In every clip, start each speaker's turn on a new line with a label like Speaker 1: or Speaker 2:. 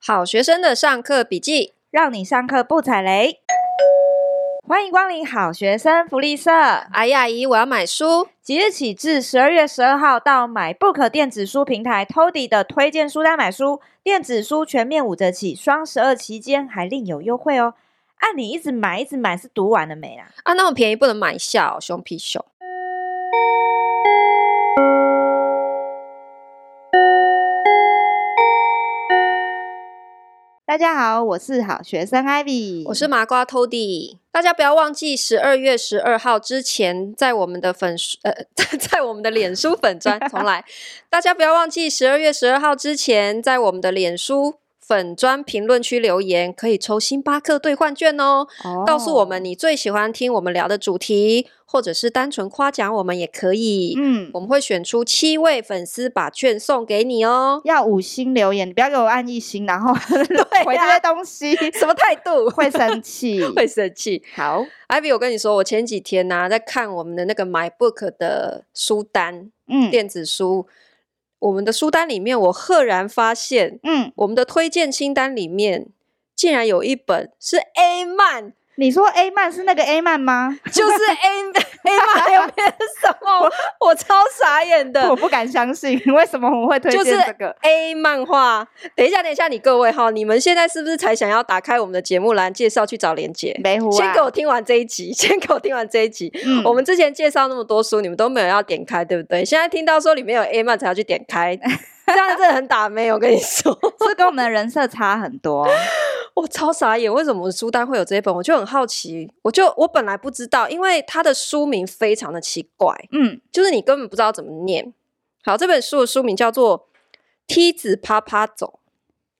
Speaker 1: 好学生的上课笔记，
Speaker 2: 让你上课不踩雷。欢迎光临好学生福利社，
Speaker 1: 阿姨阿哎姨，我要买书。
Speaker 2: 即日起至十二月十二号到买 Book 电子书平台 Tody 的推荐书单买书，电子书全面五折起，双十二期间还另有优惠哦。按、你一直买一直买是读完了没啦？
Speaker 1: 啊，那么便宜不能买笑，熊皮熊。
Speaker 2: 大家好，我是好学生 Ivy，
Speaker 1: 我是麻瓜 Tody，大家不要忘记十二月十二号之前，在我们的粉书呃， 在在我们的脸书粉砖重来，大家不要忘记十二月十二号之前，在我们的脸书粉砖评论区留言，可以抽星巴克兑换券哦。
Speaker 2: 哦
Speaker 1: 告诉我们你最喜欢听我们聊的主题，或者是单纯夸奖我们也可以。
Speaker 2: 嗯，
Speaker 1: 我们会选出七位粉丝，把券送给你哦。
Speaker 2: 要五星留言，你不要给我按一星，然后
Speaker 1: 啊
Speaker 2: 回这些东西
Speaker 1: 什么态度？
Speaker 2: 会生气。
Speaker 1: 会生气。
Speaker 2: 好，
Speaker 1: Ivy，我跟你说，我前几天呢、在看我们的那个 My Book 的书单，
Speaker 2: 嗯
Speaker 1: 电子书。我们的书单里面，我赫然发现，
Speaker 2: 嗯，
Speaker 1: 我们的推荐清单里面竟然有一本是 A 漫，
Speaker 2: 你说 A 曼是那个 A 曼吗？
Speaker 1: 就是 A A 漫还有别的什么？我超傻眼的。
Speaker 2: 我不敢 相信，为什么我会推
Speaker 1: 就
Speaker 2: 荐
Speaker 1: 是
Speaker 2: 这个？
Speaker 1: A 漫画。等一下，等一下，你各位哈，你们现在是不是才想要打开我们的节目栏介绍去找连结？
Speaker 2: 没胡啊
Speaker 1: 先给我听完这一集， 先给我听完这一集。
Speaker 2: 嗯
Speaker 1: 我们之前介绍那么多书，你们都没有要点开，对不对？现在听到说里面有 A 漫才要去点 开，这样真的很打妹。我跟你说，
Speaker 2: 这跟我们的人设差很多。
Speaker 1: 我超傻眼，为什么我们书单会有这一本？我就很好奇，我就我本来不知道，因为它的书名非常的奇怪。
Speaker 2: 嗯，
Speaker 1: 就是你根本不知道怎么念。好，这本书的书名叫做《梯子啪啪走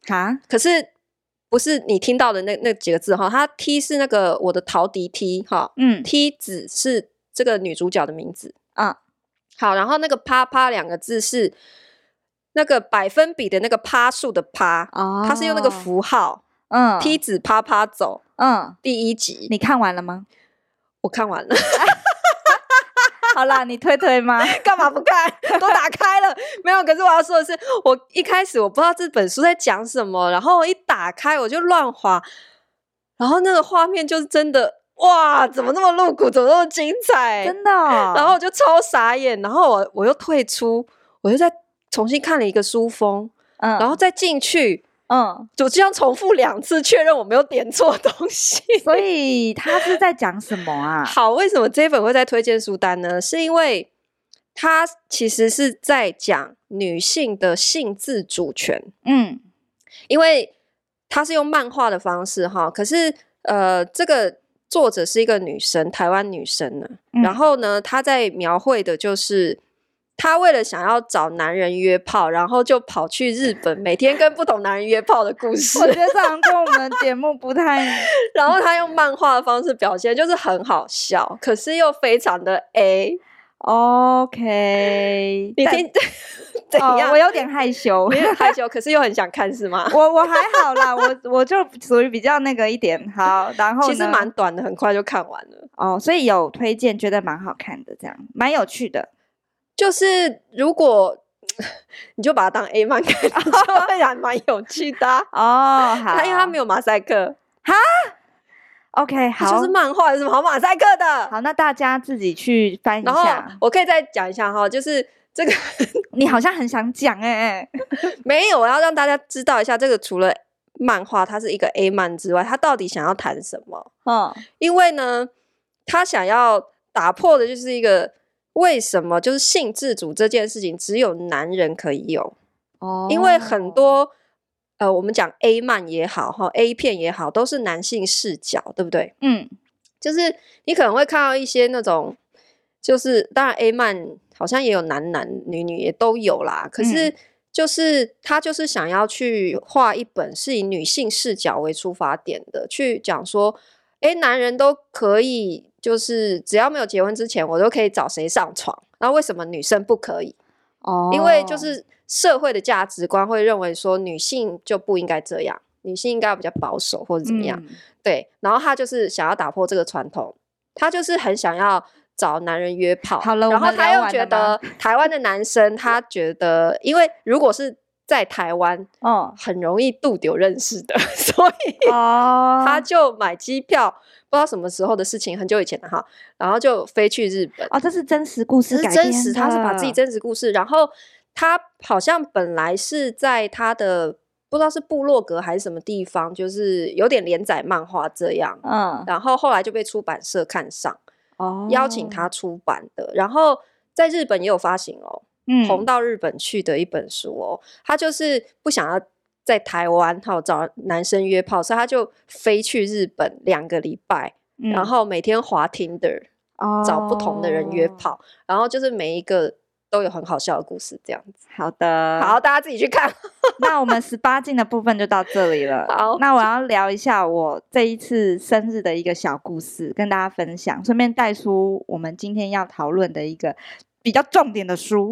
Speaker 2: 哈》，，
Speaker 1: 可是不是你听到的那那几个字哈？它梯是那个我的陶笛梯哈，
Speaker 2: 嗯
Speaker 1: 梯子是这个女主角的名字。
Speaker 2: 啊，
Speaker 1: 好，然后那个啪啪两个字是那个百分比的那个趴数的趴，
Speaker 2: 哦
Speaker 1: 它是用那个，符号、
Speaker 2: 嗯
Speaker 1: 梯子啪啪走
Speaker 2: 嗯，
Speaker 1: 第一集。
Speaker 2: 你看完 了吗？
Speaker 1: 我看完了，
Speaker 2: 好啦，你推推吗？
Speaker 1: 干嘛不看？都打开了， 没有。可是我要说的是，我一开始我不知道这本书在讲什么，然后一打开我就乱滑，然后那个画面就是真的，哇，怎么那么露骨，怎么那么精彩？
Speaker 2: 真的 哦。
Speaker 1: 然后我就超傻眼，然后我我又退出，我又再重新看了一个书封，
Speaker 2: 嗯，
Speaker 1: 然后再进去，
Speaker 2: 嗯，
Speaker 1: 就这样重复两次，确认我没有点错东西。
Speaker 2: 所以他是在讲什么 啊？
Speaker 1: 好，为什么这一本会在推荐书单呢？是因为它其实是在讲女性的性自主权，
Speaker 2: 嗯
Speaker 1: 因为它是用漫画的方式哈，可是呃，这个作者是一个女生，台湾女生呢，
Speaker 2: 嗯
Speaker 1: 然后呢，她在描绘的就是。她为了想要找男人约炮，然后就跑去日本，每天跟不同男人约炮的故事。
Speaker 2: 我觉得这好像跟我们的节目不太
Speaker 1: 然后她用漫画的方式表现，就是很好笑，可是又非常的 A。
Speaker 2: OK
Speaker 1: 哦你
Speaker 2: 但。
Speaker 1: 听怎
Speaker 2: 哦
Speaker 1: 样？
Speaker 2: 我有点害羞
Speaker 1: 你。很害羞，可是又很想看是吗？
Speaker 2: 我我还好啦，我我就属于比较那个一点，好，然后
Speaker 1: 其实
Speaker 2: 呢
Speaker 1: 蛮短的，很快就看完了。
Speaker 2: 哦，所以有推荐，觉得蛮好看的，这样蛮有趣的。
Speaker 1: 就是如果你就把它当 A 漫看， 就会还蛮有趣的啊、
Speaker 2: 哦， 好，
Speaker 1: 它因为它没有马赛克，
Speaker 2: OK，
Speaker 1: 它就
Speaker 2: 好
Speaker 1: 是，漫画，有什么好马赛克的？
Speaker 2: 好，那大家自己去翻一
Speaker 1: 然后
Speaker 2: 下。
Speaker 1: 我可以再讲一下哈，就是这个
Speaker 2: 你好像很想讲哎、欸，
Speaker 1: 没有，我要让大家知道一下，这个除了漫画它是一个 A 漫之外，它到底想要谈什么？
Speaker 2: 嗯
Speaker 1: 因为呢，他想要打破的就是一个为什么就是性自主这件事情只有男人可以有，
Speaker 2: 哦
Speaker 1: 因为很多呃，我们讲 A 漫也好哈，A 片也好，都是男性视角，对不对？
Speaker 2: 嗯
Speaker 1: 就是你可能会看到一些那种，就是当然 A 漫好像也有男男女女也都有啦，可
Speaker 2: 嗯
Speaker 1: 是就是他就是想要去画一本是以女性视角为出发点的，去讲说，哎，男人都可以，就是只要没有结婚之前，我都可以找谁上床，那为什么女生不可以？
Speaker 2: 哦，
Speaker 1: 因为就是社会的价值观会认为说女性就不应该这样，女性应该要比较保守或者怎么样。
Speaker 2: 嗯
Speaker 1: 对，然后他就是想要打破这个传统，他就是很想要找男人约炮。
Speaker 2: 好了我
Speaker 1: 然后
Speaker 2: 们
Speaker 1: 他
Speaker 2: 聊
Speaker 1: 又
Speaker 2: 完
Speaker 1: 觉
Speaker 2: 了吗
Speaker 1: 得台湾的男生，他觉得因为如果是在台湾
Speaker 2: 嗯，
Speaker 1: 很容易度丢认识的， 所以
Speaker 2: 哦，
Speaker 1: 他就买机票，不知道什么时候的事情，很久以前了哈，然后就飞去日本。
Speaker 2: 哦，这是真实故事
Speaker 1: 是
Speaker 2: 改编的，
Speaker 1: 真实，他是把自己真实故事，然后他好像本来是在他的不知道是部落格还是什么地方，就是有点连载漫画这样，
Speaker 2: 嗯
Speaker 1: 然后后来就被出版社看上，
Speaker 2: 哦
Speaker 1: 邀请他出版的，然后在日本也有发行哦，
Speaker 2: 嗯
Speaker 1: 红到日本去的一本书哦，他就是不想要。在台湾哈找男生约炮，所以他就飞去日本两个礼拜，
Speaker 2: 嗯
Speaker 1: 然后每天滑 Tinder，
Speaker 2: 后
Speaker 1: 找不同的人约
Speaker 2: 哦嗯
Speaker 1: 炮，然后就是每一个都有很好笑的故事，这样子。
Speaker 2: 好的，
Speaker 1: 好，，大家自己去看。
Speaker 2: 那我们十八禁的部分就到这里了。
Speaker 1: 好
Speaker 2: 那我要聊一下我这一次生日的一个小故事，跟大家分享，顺便带出我们今天要讨论的一个比较重点的书。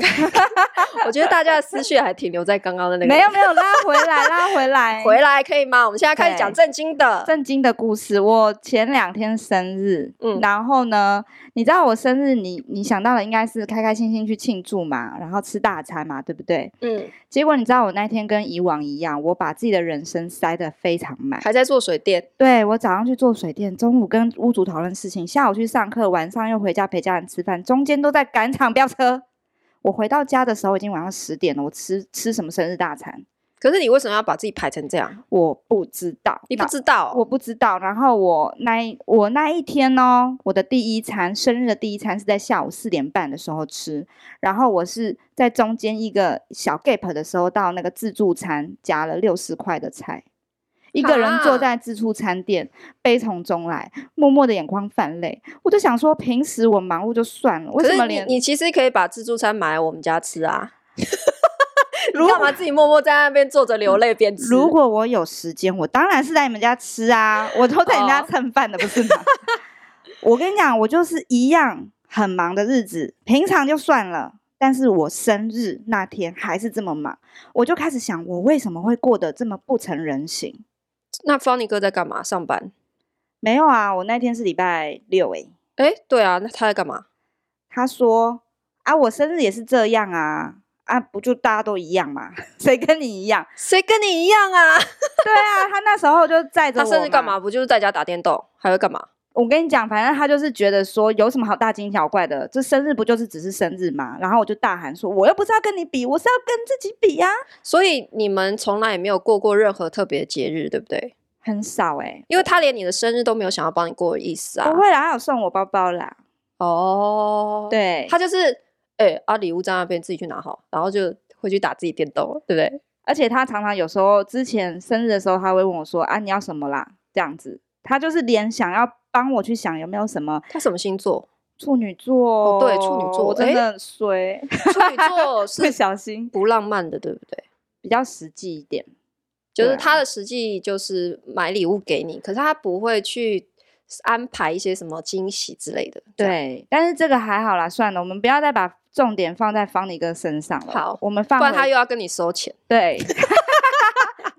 Speaker 1: 我觉得大家的思绪还停留在刚刚的 那个，
Speaker 2: 没有没有，拉回来，拉回 来，
Speaker 1: 回来可以吗？我们现在开始讲
Speaker 2: 对
Speaker 1: 正经的。
Speaker 2: 正经的故事。我前两天生日，
Speaker 1: 嗯
Speaker 2: 然后呢，你知道我生日你，你想到的应该是开开心心去庆祝嘛，然后吃大餐嘛，对不对？
Speaker 1: 嗯，
Speaker 2: 结果你知道我那天跟以往一样，我把自己的人生塞得非常满。
Speaker 1: 还在做水电，
Speaker 2: 对我早上去做水电，中午跟屋主讨论事情，下午去上课，晚上又回家陪家人吃饭，中间都在赶场飙车。我回到家的时候已经晚上十点了，我吃吃什么生日大餐？
Speaker 1: 可是你为什么要把自己排成这样？
Speaker 2: 我不知道，
Speaker 1: 你不
Speaker 2: 那
Speaker 1: 知道哦
Speaker 2: 我不知道。然后我那一我那一天呢，我的第一餐，生日的第一餐是在下午四点半的时候吃，然后我是在中间一个小 gap 的时候到那个自助餐加了六十块的菜。一个人坐
Speaker 1: 啊
Speaker 2: 在自助餐店，悲从中来，默默的眼眶泛泪。我就想说，平时我忙碌就算了，为
Speaker 1: 可
Speaker 2: 什
Speaker 1: 是
Speaker 2: 么
Speaker 1: 你
Speaker 2: 连
Speaker 1: 你其实可以把自助餐买来我们家吃啊。 你
Speaker 2: 如
Speaker 1: 干嘛自己默默在那边坐着流泪边吃？
Speaker 2: 如果我有时间，我当然是在你们家吃啊， 我都在你们家
Speaker 1: 哦
Speaker 2: 蹭饭的，不是吗？ 我跟你讲，我就是一样很忙的日子，平常就算了，但是我生日那天还是这么忙，我就开始想，我为什么会过得这么不成人形？
Speaker 1: 那 Funny 哥在干嘛？上班？
Speaker 2: 没有啊，我那天是礼拜六诶、
Speaker 1: 哎，对啊，那他在干嘛？
Speaker 2: 他说啊，我生日也是这样啊，啊，不就大家都一样嘛，谁跟你一样？
Speaker 1: 谁跟你一样啊？
Speaker 2: 对啊，他那时候就载着
Speaker 1: 他
Speaker 2: 我，啊
Speaker 1: 生日干嘛？？不就是在家打电动，还会干嘛？
Speaker 2: 我跟你讲，反正他就是觉得说有什么好大惊小怪的，这生日不就是只是生日吗？然后我就大喊说，我又不是要跟你比，我是要跟自己比呀、
Speaker 1: 所以你们从来也没有过过任何特别的节日，对不对？
Speaker 2: 很少哎、
Speaker 1: 因为他连你的生日都没有想要帮你过的意思啊
Speaker 2: 不。会啦，他有送我包包啦，
Speaker 1: 哦，，
Speaker 2: 对，
Speaker 1: 他就是哎、啊，礼物在那边自己去拿好，然后就回去打自己电动了，对不对？
Speaker 2: 而且他常常有时候之前生日的时候，他会问我说啊，你要什么啦？这样子，他就是连想要帮我去想有没有什么
Speaker 1: 他什么星座？
Speaker 2: 处女座，
Speaker 1: 哦对处女座
Speaker 2: 我真
Speaker 1: 诶
Speaker 2: 的很衰，
Speaker 1: 处女座
Speaker 2: 不
Speaker 1: 是
Speaker 2: 小心
Speaker 1: 不浪漫的，对不对？
Speaker 2: 比较实际一点，
Speaker 1: 就是
Speaker 2: 对
Speaker 1: 他的实际就是买礼物给你，可是他不会去安排一些什么惊喜之类的。这样，
Speaker 2: 对，但是这个还好啦，算了，我们不要再把重点放在方尼哥身上了。
Speaker 1: 好
Speaker 2: 我们放
Speaker 1: 不然
Speaker 2: 回
Speaker 1: 他又要跟你收钱。
Speaker 2: 对，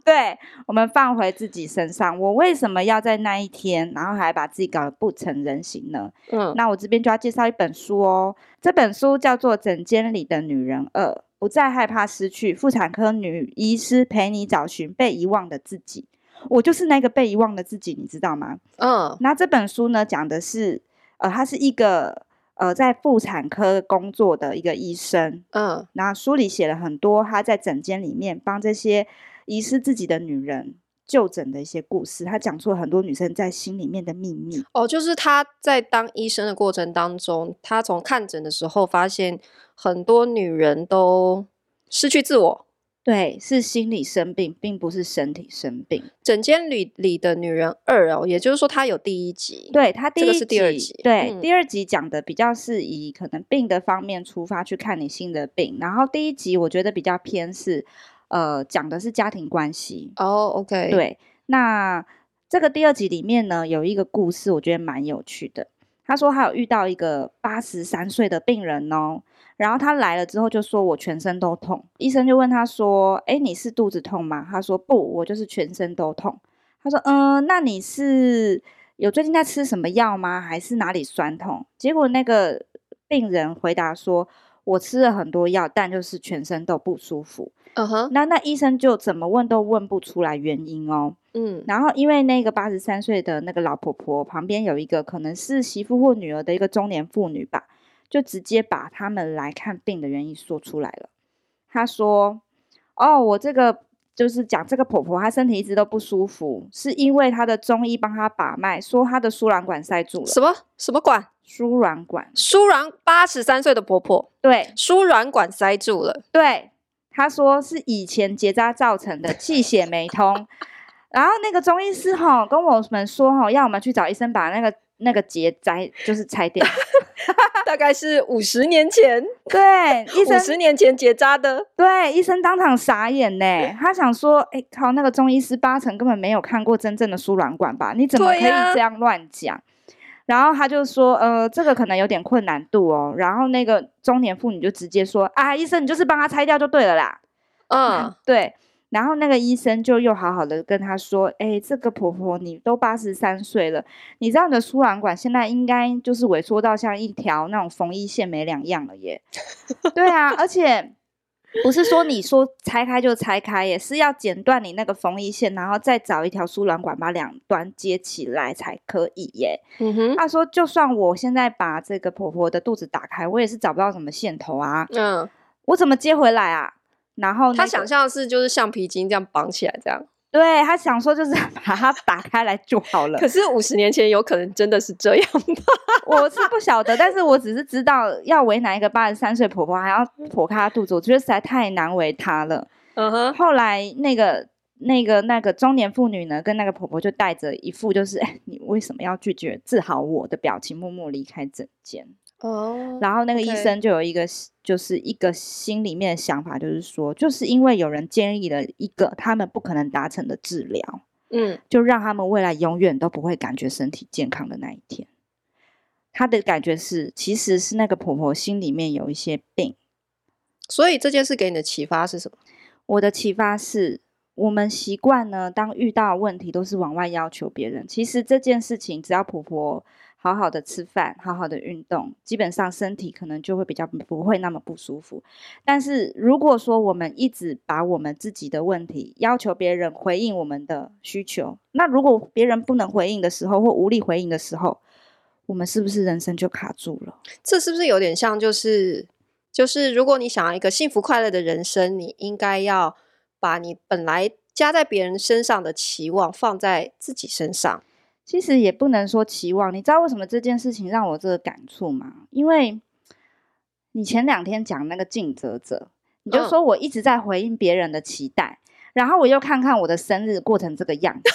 Speaker 2: 对，我们放回自己身上。我为什么要在那一天，然后还把自己搞得不成人形呢？
Speaker 1: 嗯，
Speaker 2: 那我这边就要介绍一本书哦，这本书叫做《诊间里的女人二》，不再害怕失去，妇产科女医师陪你找寻被遗忘的自己。我就是那个被遗忘的自己，你知道吗？
Speaker 1: 嗯，
Speaker 2: 那这本书呢，讲的是，呃，他是一个呃在妇产科工作的一个医生。
Speaker 1: 嗯，
Speaker 2: 那书里写了很多他在诊间里面帮这些遗失自己的女人就诊的一些故事，他讲出了很多女生在心里面的秘密。
Speaker 1: 哦，就是他在当医生的过程当中，他从看诊的时候发现很多女人都失去自我。
Speaker 2: 对，是心理生病，并不是身体生病。
Speaker 1: 整间里里的女人二哦，也就是说他有第一集，，
Speaker 2: 对他第
Speaker 1: 这
Speaker 2: 一
Speaker 1: 个
Speaker 2: 集，
Speaker 1: 是第二集
Speaker 2: 对、
Speaker 1: 嗯
Speaker 2: 第二集讲的比较是以可能病的方面出发去看你新的病，然后第一集我觉得比较偏是，呃，讲的是家庭关系。
Speaker 1: 哦，OK，，
Speaker 2: 对，那这个第二集里面呢，有一个故事，我觉得蛮有趣的。他说他有遇到一个八十三岁的病人哦，然后他来了之后就说我全身都痛，医生就问他说，哎，你是肚子痛吗？他说不，我就是全身都痛。他说，嗯、那你是有最近在吃什么药吗？还是哪里酸痛？结果那个病人回答说，我吃了很多药，但就是全身都不舒服。
Speaker 1: 嗯哼，
Speaker 2: 那那医生就怎么问都问不出来原因哦。
Speaker 1: 嗯
Speaker 2: 然后因为那个八十三岁的那个老婆婆旁边有一个可能是媳妇或女儿的一个中年妇女吧，就直接把他们来看病的原因说出来了。她说：“哦，我这个就是讲这个婆婆她身体一直都不舒服，是因为她的中医帮她把脉，说她的输卵管塞住了。
Speaker 1: 什么什么管？
Speaker 2: 输卵管，
Speaker 1: 输卵八十三岁的婆婆，
Speaker 2: 对
Speaker 1: 输卵管塞住了。
Speaker 2: 对，她说是以前结扎造成的，气 血没通。”然后那个中医师哈跟我们说哈，要我们去找医生把那个那个结摘就是 拆掉。
Speaker 1: 大概是五十年前，
Speaker 2: 对，医
Speaker 1: 五
Speaker 2: 生
Speaker 1: 十年前结扎的。
Speaker 2: 对医生当场傻眼 呢，他想说，哎靠，那个中医师八成根本没有看过真正的输卵管吧？你怎么可
Speaker 1: 对
Speaker 2: 以
Speaker 1: 呀
Speaker 2: 这样乱讲？然后他就说，呃，这个可能有点困难度哦。然后那个中年妇女就直接说，啊，医生你就是帮他拆掉就对了啦。
Speaker 1: 嗯，
Speaker 2: 对。然后那个医生就又好好的跟她说：“哎，这个婆婆你都八十三岁了，你知道你的输卵管现在应该就是萎缩到像一条那种缝衣线没两样了 耶。”对啊，而且不是说你说拆开就拆开耶，是要剪断你那个缝衣线，然后再找一条输卵管把两端接起来才可以耶。
Speaker 1: 嗯哼，
Speaker 2: 她说：“就算我现在把这个婆婆的肚子打开，我也是找不到什么线头啊，
Speaker 1: 嗯，
Speaker 2: 我怎么接回来啊？”然后、那
Speaker 1: 她
Speaker 2: 个
Speaker 1: 想象是就是橡皮筋这样绑起来这样，
Speaker 2: 对他想说就是 把它打开来就好 了
Speaker 1: 可。是五十年前有可能真的是这样吧？
Speaker 2: 我是不晓得，但是我只是知道要为难一个八十三岁婆婆，还要剖开她肚子，我觉得实在太难为她了。
Speaker 1: 嗯哼，
Speaker 2: 后来那个。那个那个中年妇女呢，跟那个婆婆就带着一副就是、哎你为什么要拒绝治好我的表情，默默离开诊间。
Speaker 1: 哦
Speaker 2: 然后那个医
Speaker 1: OK
Speaker 2: 生就有一个就是一个心里面的想法，就是说，就是因为有人建议了一个他们不可能达成的治疗，
Speaker 1: 嗯，
Speaker 2: 就让他们未来永远都不会感觉身体健康的那一天。她的感觉是，其实是那个婆婆心里面有一些病。
Speaker 1: 所以这件事给你的启发是什么？
Speaker 2: 我的启发是，我们习惯呢，当遇到问题都是往外要求别人。其实这件事情，只要婆婆好好的吃饭，好好的运动，基本上身体可能就会比较不会那么不舒服。但是如果说我们一直把我们自己的问题要求别人回应我们的需求，那如果别人不能回应的时候，或无力回应的时候，我们是不是人生就卡住了？
Speaker 1: 这是不是有点像就是就是如果你想要一个幸福快乐的人生，你应该要把你本来加在别人身上的期望放在自己身上。
Speaker 2: 其实也不能说期望，你知道为什么这件事情让我这个感触吗？因为你前两天讲那个尽责者，你就
Speaker 1: 嗯
Speaker 2: 说我一直在回应别人的期待，然后我又看看我的生日过成这个样子，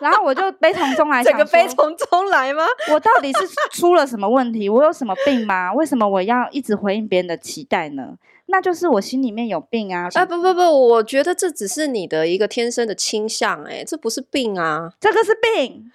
Speaker 2: 然后我就悲从中来，
Speaker 1: 整
Speaker 2: 想
Speaker 1: 个悲
Speaker 2: 说
Speaker 1: 从中来吗？
Speaker 2: 我到底是出了什么问题？我有什么病吗？为什么我要一直回应别人的期待呢？那就是我心里面有病啊！
Speaker 1: 啊，不不不，我觉得这只是你的一个天生的倾向、欸，哎，这不是病啊，
Speaker 2: 这个是病，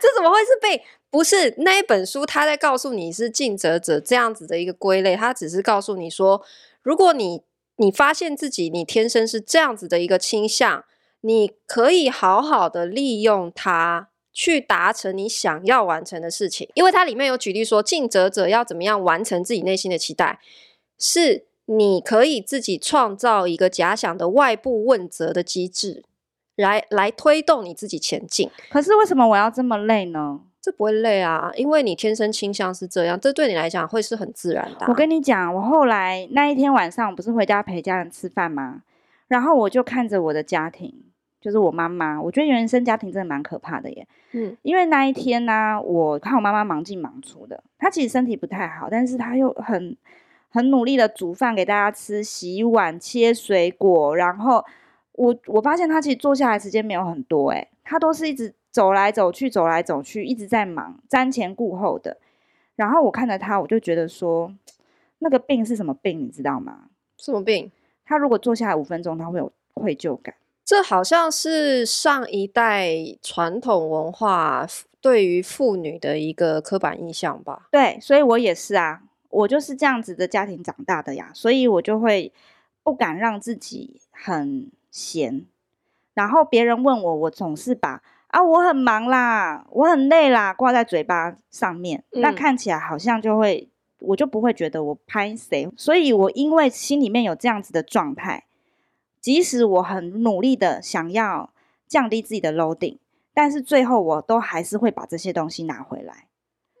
Speaker 1: 这怎么会是病？不是那一本书，他在告诉你是尽责者这样子的一个归类，他只是告诉你说，如果你你发现自己你天生是这样子的一个倾向，你可以好好的利用它去达成你想要完成的事情，因为它里面有举例说，尽责者要怎么样完成自己内心的期待，是你可以自己创造一个假想的外部问责的机制，来来推动你自己前进。
Speaker 2: 可是为什么我要这么累呢？
Speaker 1: 这不会累啊，因为你天生倾向是这样，这对你来讲会是很自然的啊、
Speaker 2: 我跟你讲，我后来那一天晚上不是回家陪家人吃饭吗？然后我就看着我的家庭，就是我妈妈，我觉得原生家庭真的蛮可怕的耶。
Speaker 1: 嗯
Speaker 2: 因为那一天呢、我看我妈妈忙进忙出的，她其实身体不太好，但是她又很很努力的煮饭给大家吃，洗碗、切水果，然后我我发现她其实坐下来时间没有很多，诶，她都是一直走来走去，走来走去，一直在忙，瞻前顾后的。然后我看着她，我就觉得说，那个病是什么病，你知道吗？
Speaker 1: 什么病？
Speaker 2: 她如果坐下来五分钟，她会有愧疚感。
Speaker 1: 这好像是上一代传统文化对于妇女的一个刻板印象吧。
Speaker 2: 对，所以我也是啊，我就是这样子的家庭长大的呀，所以我就会不敢让自己很闲。然后别人问我，我总是把啊我很忙啦，我很累啦挂在嘴巴上面，那
Speaker 1: 嗯
Speaker 2: 看起来好像就会我就不会觉得我拍谁。所以我因为心里面有这样子的状态，即使我很努力的想要降低自己的 loading，但是最后我都还是会把这些东西拿回来，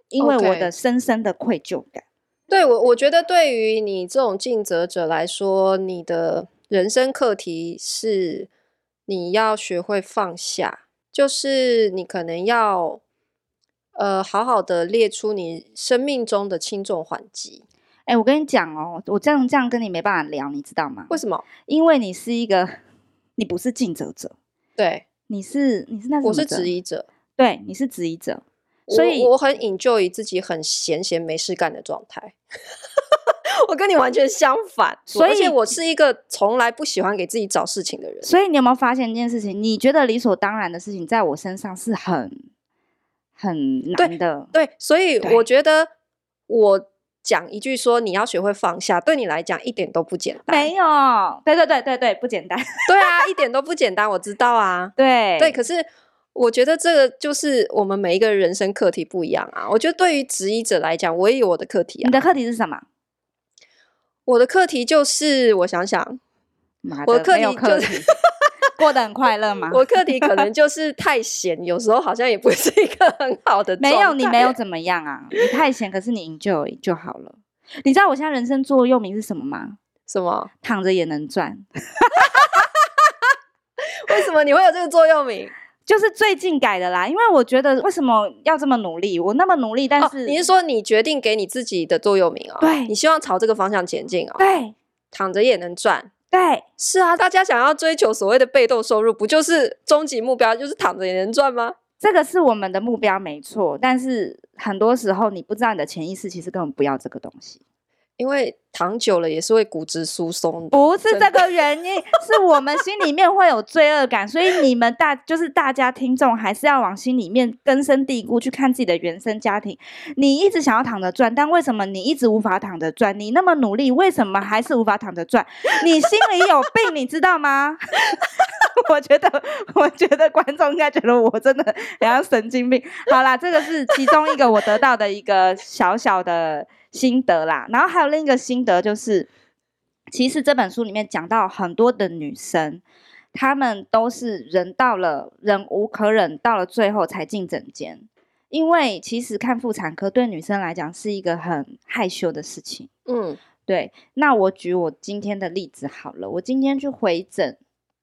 Speaker 2: 因为我
Speaker 1: OK
Speaker 2: 的深深的愧疚感。
Speaker 1: 对我，我觉得对于你这种尽责者来说，你的人生课题是你要学会放下，就是你可能要呃好好的列出你生命中的轻重缓急。
Speaker 2: 哎、我跟你讲哦，我这样这样跟你没办法聊，你知道吗？
Speaker 1: 为什么？
Speaker 2: 因为你是一个，你不是尽责者，
Speaker 1: 对
Speaker 2: 你是你是那什
Speaker 1: 我
Speaker 2: 么
Speaker 1: 是
Speaker 2: 者
Speaker 1: 质，疑者，
Speaker 2: 对，你是质疑者。
Speaker 1: 我
Speaker 2: 所以
Speaker 1: 我很 enjoy 自己很闲闲没事干的状态。 我跟你完全相反，
Speaker 2: 所
Speaker 1: 而且
Speaker 2: 以
Speaker 1: 我是一个从来不喜欢给自己找事情的人。
Speaker 2: 所以你有没有发现一件事情？你觉得理所当然的事情，在我身上是很很难的。
Speaker 1: 对，所以
Speaker 2: 对
Speaker 1: 我觉得我讲一句说你要学会放下，对你来讲一点都不简单。
Speaker 2: 没有，对对对对对，不简单。
Speaker 1: 对啊，一点都不简单，我知道啊。
Speaker 2: 对
Speaker 1: 对，可是我觉得这个就是我们每一个人生课题不一样啊。我觉得对于质疑者来讲，我也有我的课题
Speaker 2: 你
Speaker 1: 啊。
Speaker 2: 的课题是什么？
Speaker 1: 我的课题就是，我想想，
Speaker 2: 妈
Speaker 1: 我
Speaker 2: 的
Speaker 1: 课
Speaker 2: 没有
Speaker 1: 题
Speaker 2: 课
Speaker 1: 就
Speaker 2: 题，过得很快乐吗？
Speaker 1: 我课题可能就是太闲，有时候好像也不是一个很好的。
Speaker 2: 没有，你没有。怎么样啊？你太闲，可是你 enjoy 就好了。你知道我现在人生座右铭是什么吗？
Speaker 1: 什么？
Speaker 2: 躺着也能赚。
Speaker 1: 为什么你会有这个座右铭？
Speaker 2: 就是最近改的啦，因为我觉得为什么要这么努力？我那么努力，但
Speaker 1: 哦
Speaker 2: 是、，
Speaker 1: 你是说你决定给你自己的座右铭啊、
Speaker 2: 对
Speaker 1: 你希望朝这个方向前进啊、
Speaker 2: 对
Speaker 1: 躺着也能赚。
Speaker 2: 对，
Speaker 1: 是啊，大家想要追求所谓的被动收入，不就是终极目标就是躺着也能赚吗？
Speaker 2: 这个是我们的目标没错，但是很多时候你不知道你的潜意识其实根本不要这个东西，
Speaker 1: 因为躺久了也是会骨质疏松的。
Speaker 2: 不是这个原因，是我们心里面会有罪恶感，所以你们大就是大家听众还是要往心里面根深蒂固去看自己的原生家庭。你一直想要躺着赚，但为什么你一直无法躺着赚？你那么努力，为什么还是无法躺着赚？你心里有病，你知道吗？ 我觉得，我觉得观众应该觉得我真的很像神经病。好啦，这个是其中一个我得到的一个小小的心得啦。然后还有另一个心得就是，其实这本书里面讲到很多的女生，她们都是人到了忍无可忍，到了最后才进诊间。因为其实看妇产科对女生来讲是一个很害羞的事情。
Speaker 1: 嗯，
Speaker 2: 对，那我举我今天的例子好了。我今天去回诊，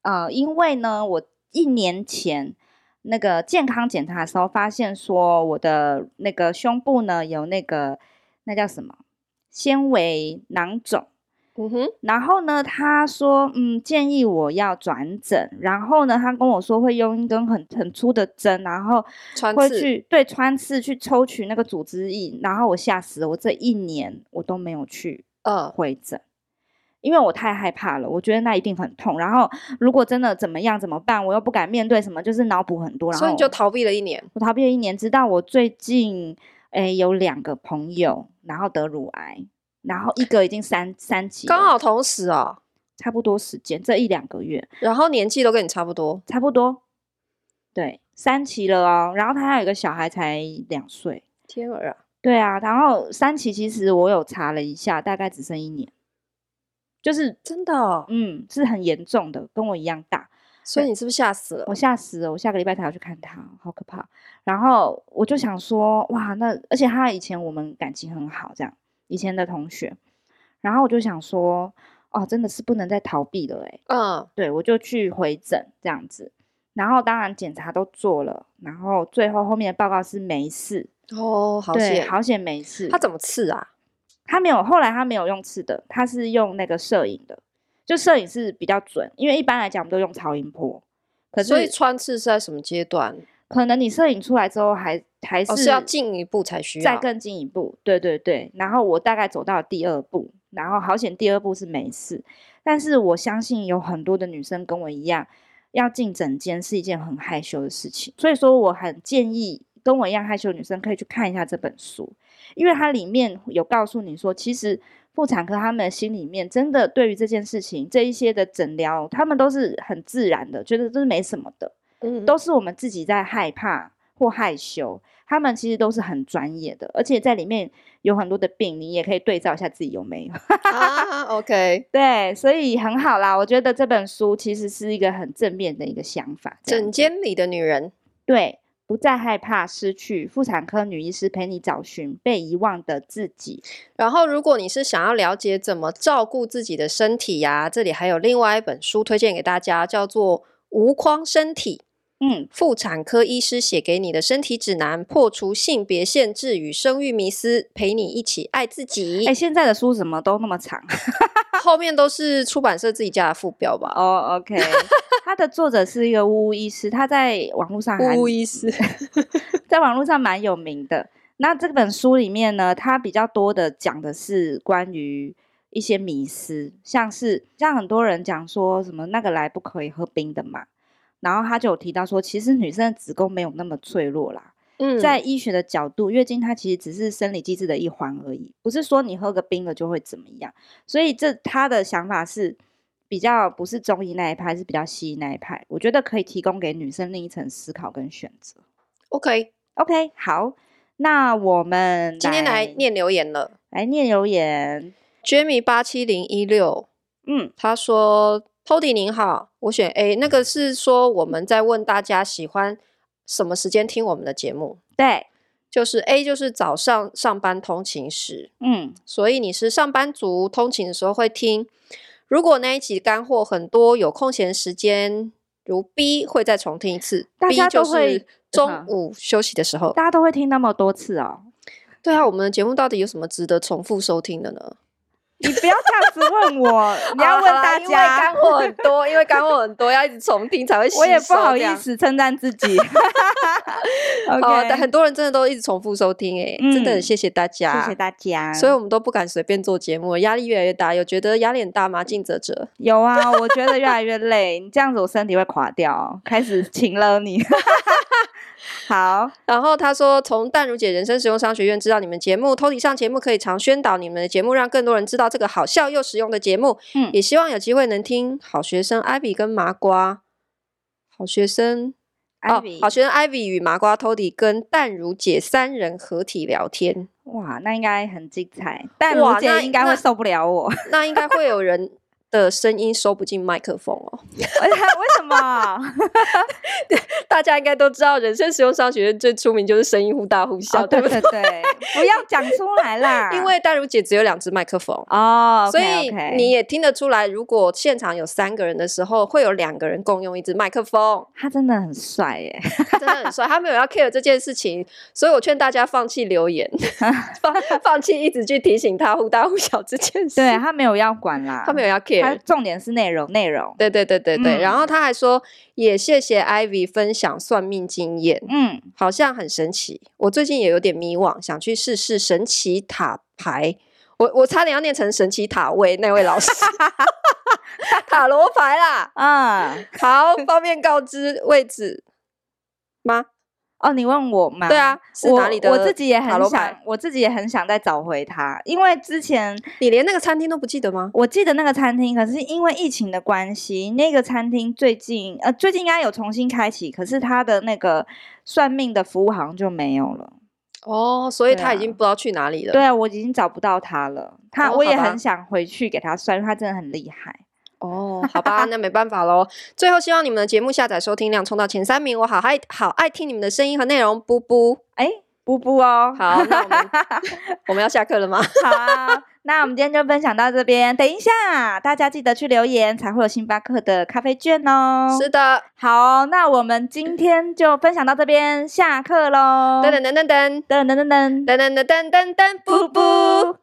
Speaker 2: 呃，因为呢，我一年前那个健康检查的时候，发现说我的那个胸部呢有那个那叫什么纤维囊肿，
Speaker 1: 嗯哼，
Speaker 2: 然后呢，他说，嗯，建议我要转诊，然后呢，他跟我说会用一根很很粗的针，然后
Speaker 1: 穿
Speaker 2: 会
Speaker 1: 刺
Speaker 2: 去对穿刺去抽取那个组织液，然后我吓死了，我这一年我都没有去
Speaker 1: 呃，
Speaker 2: 会诊，因为我太害怕了，我觉得那一定很痛。然后如果真的怎么样怎么办，我又不敢面对什么，就是脑补很多。然后
Speaker 1: 所以你就逃避了一年。
Speaker 2: 我逃避了一年，直到我最近诶有两个朋友，然后得乳癌，然后一个已经三三级了，
Speaker 1: 刚好同时哦，
Speaker 2: 差不多时间，这一两个月
Speaker 1: 然后年纪都跟你差不多。
Speaker 2: 差不多，对，三期了哦。然后他还有一个小孩才两岁，
Speaker 1: 天儿啊，
Speaker 2: 对啊。然后三期其实我有查了一下，大概只剩一年，就是
Speaker 1: 真的、哦，
Speaker 2: 嗯是很严重的，跟我一样大。
Speaker 1: 所以你是不是吓死了？
Speaker 2: 我吓死了，我下个礼拜才要去看他，好可怕。然后我就想说，哇，那而且他以前我们感情很好，这样以前的同学。然后我就想说，哦，真的是不能再逃避了，哎，
Speaker 1: 嗯，
Speaker 2: 对我就去回诊这样子。然后当然检查都做了，然后最后后面的报告是没事，
Speaker 1: 哦，好
Speaker 2: 对，
Speaker 1: 险。
Speaker 2: 好险没事。
Speaker 1: 他怎么刺啊？
Speaker 2: 他没有，后来他没有用吃的，他是用那个摄影的，就摄影是比较准，因为一般来讲我们都用超音波。可是
Speaker 1: 所以穿刺是在什么阶段？
Speaker 2: 可能你摄影出来之后还还
Speaker 1: 哦，
Speaker 2: 是
Speaker 1: 是要进一步才需要。
Speaker 2: 再更进一步，对对对。然后我大概走到第二步，然后好险第二步是没事，但是我相信有很多的女生跟我一样，要进诊间是一件很害羞的事情，所以说我很建议跟我一样害羞的女生可以去看一下这本书，因为它里面有告诉你说，其实。妇产科他们的心里面真的对于这件事情，这一些的诊疗，他们都是很自然的，觉得这是没什么的。
Speaker 1: 嗯，
Speaker 2: 都是我们自己在害怕或害羞，他们其实都是很专业的，而且在里面有很多的病，你也可以对照一下自己有没有。
Speaker 1: 啊，OK，
Speaker 2: 对，所以很好啦。我觉得这本书其实是一个很正面的一个想法。 这样
Speaker 1: 整间里的女人，
Speaker 2: 对，不再害怕失去，妇产科女医师陪你找寻被遗忘的自己。
Speaker 1: 然后，如果你是想要了解怎么照顾自己的身体呀、这里还有另外一本书推荐给大家，叫做《无框身体：
Speaker 2: 嗯，
Speaker 1: 妇产科医师写给你的身体指南》，破除性别限制与生育迷思，陪你一起爱自己。
Speaker 2: 哎、现在的书怎么都那么长？
Speaker 1: 后面都是出版社自己家的副标吧？
Speaker 2: 哦、o k 它的作者是一个巫医师，他在网络上还
Speaker 1: 无意思，
Speaker 2: 在网络上蛮有名的。那这本书里面呢，它比较多的讲的是关于一些迷思，像是像很多人讲说什么那个来不可以喝冰的嘛，然后他就有提到说，其实女生的子宫没有那么脆弱啦。
Speaker 1: 嗯，
Speaker 2: 在医学的角度，月经它其实只是生理机制的一环而已，不是说你喝个冰了就会怎么样。所以这他的想法是比较不是中医那一派，是比较西医那一派。我觉得可以提供给女生另一层思考跟选择。
Speaker 1: OK，
Speaker 2: OK，好，那我们
Speaker 1: 今天来念留言了。
Speaker 2: 来念留言。
Speaker 1: Jamie 八七零一六，
Speaker 2: 嗯，
Speaker 1: 他说：“Tody 您好，我选 A，那个是说我们在问大家喜欢什么时间听我们的节目，
Speaker 2: 对，
Speaker 1: 就是 A 就是早上上班通勤时，
Speaker 2: 嗯，
Speaker 1: 所以你是上班族通勤的时候会听。如果那一集干货很多，有空闲时间，如 B 会再重听一次。
Speaker 2: 大
Speaker 1: B
Speaker 2: 家
Speaker 1: 就
Speaker 2: 都会
Speaker 1: 是中
Speaker 2: 嗯
Speaker 1: 午休息的时候。
Speaker 2: 大家都会听那么多次哦。
Speaker 1: 对啊，我们的节目到底有什么值得重复收听的呢？”
Speaker 2: 你不要这样子问 我， 你
Speaker 1: 啊
Speaker 2: 要问
Speaker 1: 好啦
Speaker 2: 大
Speaker 1: 因为干
Speaker 2: 家。
Speaker 1: 货很多，因为干货很多，要一直重听才会吸收。
Speaker 2: 我也不好
Speaker 1: 这
Speaker 2: 意
Speaker 1: 样。
Speaker 2: 思称赞自己。
Speaker 1: 哦，但
Speaker 2: OK，
Speaker 1: 很多人真的都一直重复收听，哎，真的很
Speaker 2: 嗯
Speaker 1: 谢谢大家，
Speaker 2: 谢谢大家。
Speaker 1: 所以我们都不敢随便做节目，压力越来越大。有觉得压力很大吗？尽责者，
Speaker 2: 有啊，我觉得越来越累，你这样子我身体会垮掉，哦开始请了你。 好，
Speaker 1: 然后他说，从淡如姐人生实用商学院知道你们节目，偷底上节目可以常宣导你们的节目，让更多人知道这个好笑又实用的节目。
Speaker 2: 嗯
Speaker 1: 也希望有机会能听好学生艾比跟麻瓜，好学生
Speaker 2: 艾
Speaker 1: 哦
Speaker 2: 比，
Speaker 1: 好学生艾比与麻瓜 Tody 跟淡如姐三人合体聊天，
Speaker 2: 哇，那应该很精彩，但
Speaker 1: 哇
Speaker 2: 卢姐
Speaker 1: 那
Speaker 2: 应该
Speaker 1: 那
Speaker 2: 会受不了 我。
Speaker 1: 那应该会有人的声音收不进麦克风哦。
Speaker 2: 为什么？
Speaker 1: 大家应该都知道，人生实用商学院最出名就是声音忽大忽小，
Speaker 2: 哦
Speaker 1: 对不
Speaker 2: 对
Speaker 1: 对？，
Speaker 2: 对对，不要讲出来啦
Speaker 1: 因为淡如姐只有两只麦克风。啊
Speaker 2: 哦，
Speaker 1: 所以
Speaker 2: OK，OK，
Speaker 1: 你也听得出来，如果现场有三个人的时候，会有两个人共用一支麦克风
Speaker 2: 他真的很 帅耶，
Speaker 1: 他真的很帅。他没有要 care 这件事情，所以我劝大家放弃留 言，放放弃一直去提醒他忽大忽小这件事。
Speaker 2: 对他没有要管啦，
Speaker 1: 他没有要
Speaker 2: 他
Speaker 1: care。
Speaker 2: 重点是内容内容，
Speaker 1: 对对对对对，
Speaker 2: 嗯
Speaker 1: 然后他还说，也谢谢 Ivy 分享算命经验，
Speaker 2: 嗯，
Speaker 1: 好像很神奇。我最近也有点迷惘，想去试试神奇塔牌。我我差点要念成神奇塔位那位老 师，塔罗牌啦。
Speaker 2: 啊，
Speaker 1: 好，方便告知位置吗？
Speaker 2: 哦，你问我吗？
Speaker 1: 对啊，是
Speaker 2: 我
Speaker 1: 哪里的？
Speaker 2: 我自己也
Speaker 1: 塔
Speaker 2: 很
Speaker 1: 罗
Speaker 2: 想
Speaker 1: 牌，，
Speaker 2: 我自己也很想再找回他，因为之前
Speaker 1: 你连那个餐厅都不记得吗？
Speaker 2: 我记得那个餐厅，可是因为疫情的关系，那个餐厅最近呃最近应该有重新开启，可是他的那个算命的服务好像就没有了。
Speaker 1: 哦，所以
Speaker 2: 对
Speaker 1: 他已
Speaker 2: 啊
Speaker 1: 经不知道去哪里了。
Speaker 2: 对啊，我已经找不到他了。他、
Speaker 1: 哦
Speaker 2: 我
Speaker 1: 好
Speaker 2: 也
Speaker 1: 吧
Speaker 2: 很想回去给他算，因为他真的很厉害。
Speaker 1: 哦，好吧，那没办法喽。最后，希望你们的节目下载收听量冲到前三名，我好爱好爱听你们的声音和内容，布布。
Speaker 2: 哎，布布哦，
Speaker 1: 好，那我们我们要下课了吗？
Speaker 2: 好，啊那我们今天就分享到这边。等一下，大家记得去留言，才会有星巴克的咖啡券哦。
Speaker 1: 是的，
Speaker 2: 好，哦那我们今天就分享到这边，下课喽。
Speaker 1: 噔噔噔噔噔
Speaker 2: 噔
Speaker 1: 噔
Speaker 2: 噔噔噔噔，
Speaker 1: 噔噔噔噔噔，布
Speaker 2: 布
Speaker 1: 布。
Speaker 2: 布。